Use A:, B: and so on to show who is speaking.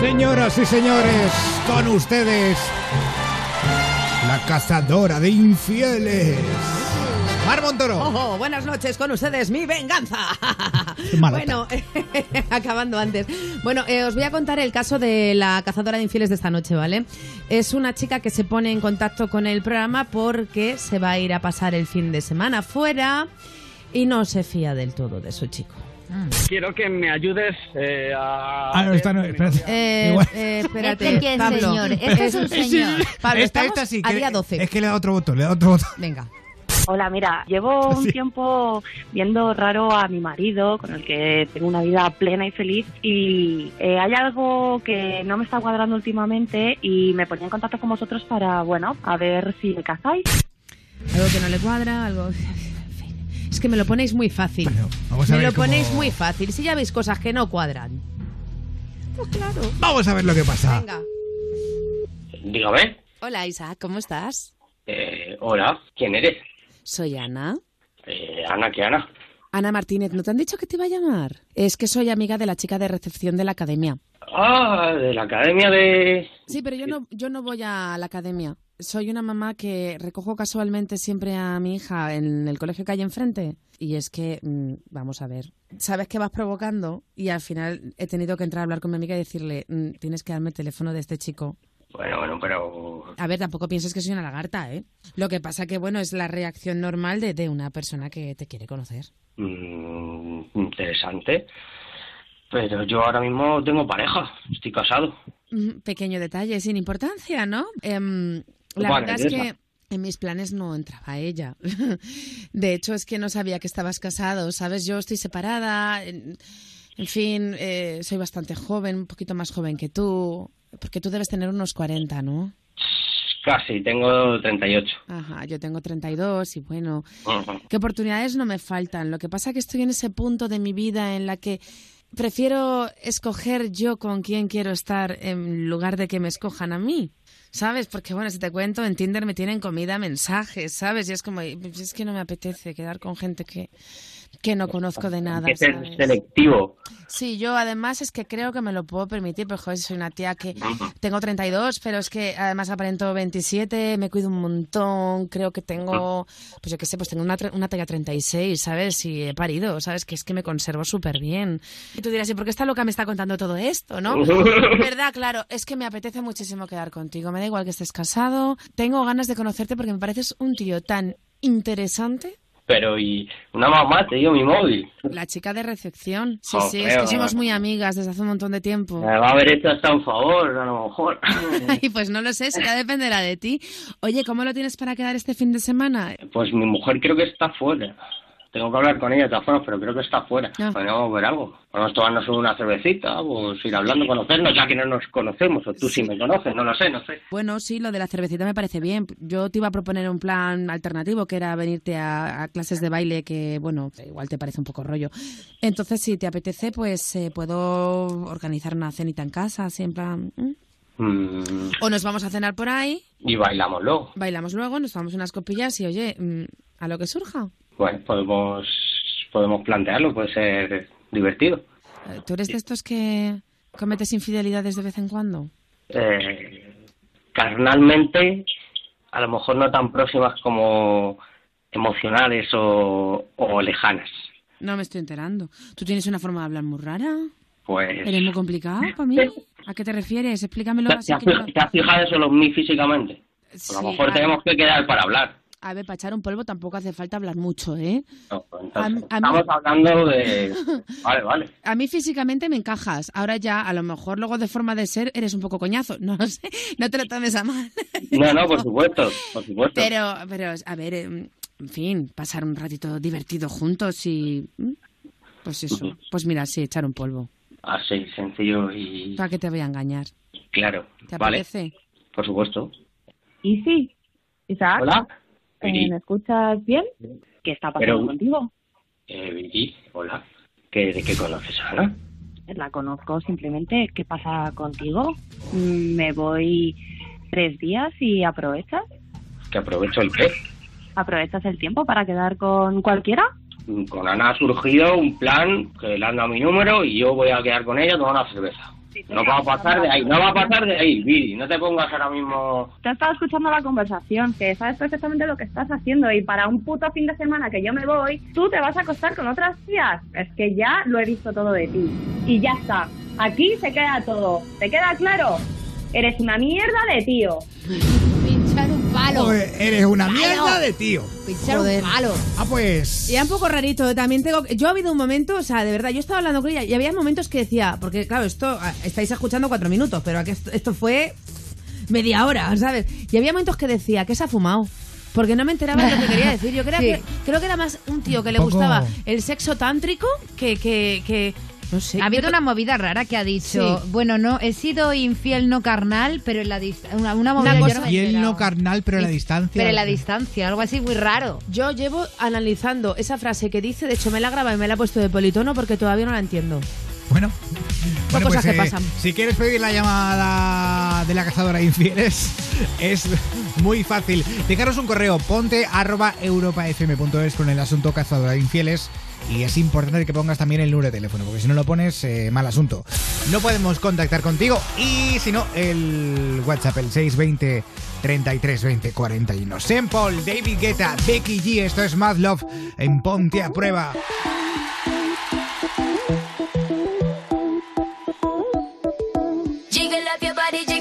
A: Señoras y señores, con ustedes, la cazadora de infieles. Mar Montoro.
B: Ojo, Oh, buenas noches con ustedes, mi venganza.
A: Malota.
B: Bueno, acabando antes. Bueno, eh, os voy a contar el caso de la cazadora de infieles de esta noche, ¿vale? Es una chica que se pone en contacto con el programa porque se va a ir a pasar el fin de semana fuera y no se fía del todo de su chico.
C: Quiero que me ayudes eh, a...
A: Ah, no, esta no, espérate.
B: Eh,
A: Igual.
B: eh, espérate,
D: Este que es
B: Pablo.
D: señor, este es un señor.
B: Pablo,
A: Esta-
B: estamos
A: esta sí
B: a
A: que-
B: día 12.
A: Es que le da otro botón, le da otro botón.
B: Venga.
E: Hola, mira, llevo un
A: Sí.
E: tiempo viendo raro a mi marido, con el que tengo una vida plena y feliz, y eh, hay algo que no me está cuadrando últimamente y me ponía en contacto con vosotros para, bueno, a ver si me casáis.
B: Algo que no le cuadra, algo... en fin. Es que me lo ponéis muy fácil.
A: Bueno, vamos a
B: me
A: ver
B: lo
A: cómo-
B: ponéis muy fácil. Si ya veis cosas que no cuadran. Pues claro.
A: Vamos a ver lo que pasa.
B: Venga.
F: Dígame.
D: Hola Isa, ¿cómo estás?
F: Eh, hola, ¿quién eres?
D: Soy Ana.
F: Eh, Ana, ¿qué Ana?
D: Ana Martínez, ¿no te han dicho que te iba a llamar? Es que soy amiga de la chica de recepción de la academia.
F: Ah, de la academia de...
D: Sí, pero yo no, yo no voy a la academia. Soy una mamá que recojo casualmente siempre a mi hija en el colegio que hay enfrente. Y es que, mm, vamos a ver, sabes que vas provocando y al final he tenido que entrar a hablar con mi amiga y decirle, "Mm, tienes que darme el teléfono de este chico.
F: Bueno, bueno, pero...
D: A ver, tampoco pienses que soy una lagarta, ¿eh? Lo que pasa que, bueno, es la reacción normal de, de una persona que te quiere conocer.
F: mm, interesante. Pero yo ahora mismo tengo pareja, estoy casado.
D: Mm, Pequeño detalle, sin importancia, ¿no? Em, la
F: Vale,
D: verdad
F: ya
D: es
F: está.
D: que en mis planes no entraba ella. De hecho, es que no sabía que estabas casado, ¿sabes? Yo estoy separada, en, en fin, eh, soy bastante joven, un poquito más joven que tú, porque tú debes tener unos 40, ¿no?
F: Casi, tengo 38.
D: Ajá, yo tengo 32 y bueno,
F: Ujú.
D: que oportunidades no me faltan. Lo que pasa que estoy en ese punto de mi vida en la que prefiero escoger yo con quién quiero estar en lugar de que me escojan a mí. ¿Sabes? Porque bueno, si te cuento, en Tinder me tienen comida, mensajes, ¿sabes? Y es como, es que no me apetece quedar con gente que, que no conozco de nada.
F: Hay que ser
D: ¿sabes?
F: Este selectivo.
D: Sí, yo además es que creo que me lo puedo permitir, pero joder, soy una tía que tengo 32, pero es que además aparento 27, me cuido un montón, creo que tengo, pues yo qué sé, pues tengo una, tre- una talla 36, ¿sabes? Y he parido, ¿sabes? Que es que me conservo súper bien. Y tú dirás, ¿y por qué esta loca me está contando todo esto, no? Verdad, claro, es que me apetece muchísimo quedar contigo, me da igual que estés casado, tengo ganas de conocerte porque me pareces un tío tan interesante.
F: Pero y una mamá te dio mi móvil.
D: La chica de recepción. Sí,
F: Oh,
D: sí, es que
F: creo,
D: somos
F: ¿no?
D: muy amigas desde hace un montón de tiempo.
F: Me va a haber hecho hasta un favor, a lo mejor.
D: Ay, pues no lo sé, eso ya dependerá de ti. Oye, ¿cómo lo tienes para quedar este fin de semana?
F: Pues mi mujer creo que está fuera. Tengo que hablar con ella de todas formas, pero creo que está fuera.
D: Ah.
F: Podríamos ver algo. Podemos tomarnos una cervecita, pues ir hablando, conocernos, ya que no nos conocemos, o tú sí me conoces, no lo sé, no sé.
D: Bueno, sí, lo de la cervecita me parece bien. Yo te iba a proponer un plan alternativo, que era venirte a, a clases de baile, que, bueno, igual te parece un poco rollo. Entonces, si te apetece, pues eh, puedo organizar una cenita en casa, así en plan... ¿m?
F: Mm,
D: O nos vamos a cenar por ahí,
F: y bailamos luego.
D: bailamos luego, nos tomamos unas copillas y, oye, mm, a lo que surja.
F: Bueno, podemos, podemos plantearlo, puede ser divertido.
D: Eh, ¿Tú eres de estos que cometes infidelidades de vez en cuando?
F: Eh, carnalmente, a lo mejor no tan próximas como emocionales o, o lejanas.
D: No me estoy enterando. ¿Tú tienes una forma de hablar muy rara?
F: Pues...
D: ¿Eres muy complicado para mí? ¿A qué te refieres? Explícamelo
F: ¿Te,
D: así
F: has
D: que yo...
F: fij- te has fijado solo en mí físicamente? A
D: Sí,
F: lo mejor
D: a-
F: tenemos que quedar para hablar.
D: A ver, para echar un polvo tampoco hace falta hablar mucho, ¿eh?
F: No, pues, entonces,
D: A mí- a mí-
F: estamos hablando de... Vale, vale.
D: A mí físicamente me encajas. Ahora ya, a lo mejor luego de forma de ser eres un poco coñazo. No lo sé. No te lo tomes a mal.
F: No, no, por supuesto, por supuesto.
D: Pero, pero, a ver, eh, en fin, pasar un ratito divertido juntos y... mm, Pues eso. Pues mira, sí, echar un polvo.
F: Así, sencillo y
D: ¿Para qué te voy a engañar?
F: claro.
D: ¿Te
F: vale,
D: apetece?
F: por supuesto.
E: Y sí, Isaac,
F: Hola.
E: eh,
F: Viri,
E: ¿me escuchas bien? ¿Qué está pasando
F: Pero-
E: contigo?
F: eh, Viri, hola. ¿Qué, ¿De qué conoces a Ana?
E: Eh, La conozco simplemente, ¿qué pasa contigo? Mm, Me voy tres días y aprovechas,
F: Que aprovecho el qué.
E: aprovechas el tiempo para quedar con cualquiera.
F: Con Ana ha surgido un plan que le han dado mi número y yo voy a quedar con ella a tomar una cerveza. No va a pasar de ahí, no va a pasar de ahí, Viri. No te pongas ahora mismo.
E: Te he estado escuchando la conversación, que sabes perfectamente lo que estás haciendo y para un puto fin de semana que yo me voy, tú te vas a acostar con otras tías. Es que ya lo he visto todo de ti. Y ya está. Aquí se queda todo. ¿Te queda claro? Eres una mierda de tío.
B: Pinchar un palo.
A: Joder, eres una
B: Palo.
A: mierda de tío.
B: Pinchar
D: Joder.
B: un palo.
A: Ah, pues.
D: Y era un poco rarito, también tengo... Yo ha habido un momento, o sea, de verdad, yo estaba hablando con ella y había momentos que decía, porque claro, esto ah, estáis escuchando cuatro minutos, pero aquí esto, esto fue media hora, ¿sabes? Y había momentos que decía, que se ha fumado? Porque no me enteraba de lo que quería decir. Yo creo,
B: Sí.
D: que, creo que era más un tío que le
A: Un poco-
D: gustaba el sexo tántrico que... que, que no sé.
B: Ha habido una movida rara que ha dicho,
D: Sí.
B: bueno, no, he sido infiel no carnal, pero en la dis- una, una movida
D: Una
B: yo
D: cosa-
B: no me he
A: Y él
B: enterado.
A: no carnal, pero a la distancia.
B: Pero en la distancia, algo así muy raro.
D: Yo llevo analizando esa frase que dice, de hecho me la grabado y me la he puesto de politono porque todavía no la entiendo.
A: Bueno. Bueno,
D: cosas que
A: eh,
D: pasan.
A: Si quieres pedir la llamada de la cazadora de infieles, es muy fácil. Dejaros un correo, ponte arroba europafm.es con el asunto cazadora de infieles. Y es importante que pongas también el número de teléfono, porque si no lo pones, eh, mal asunto. No podemos contactar contigo y si no, el WhatsApp, el 620 33 20 41. Sempol, David Guetta, Becky G, esto es Mad Love en Ponte a Prueba.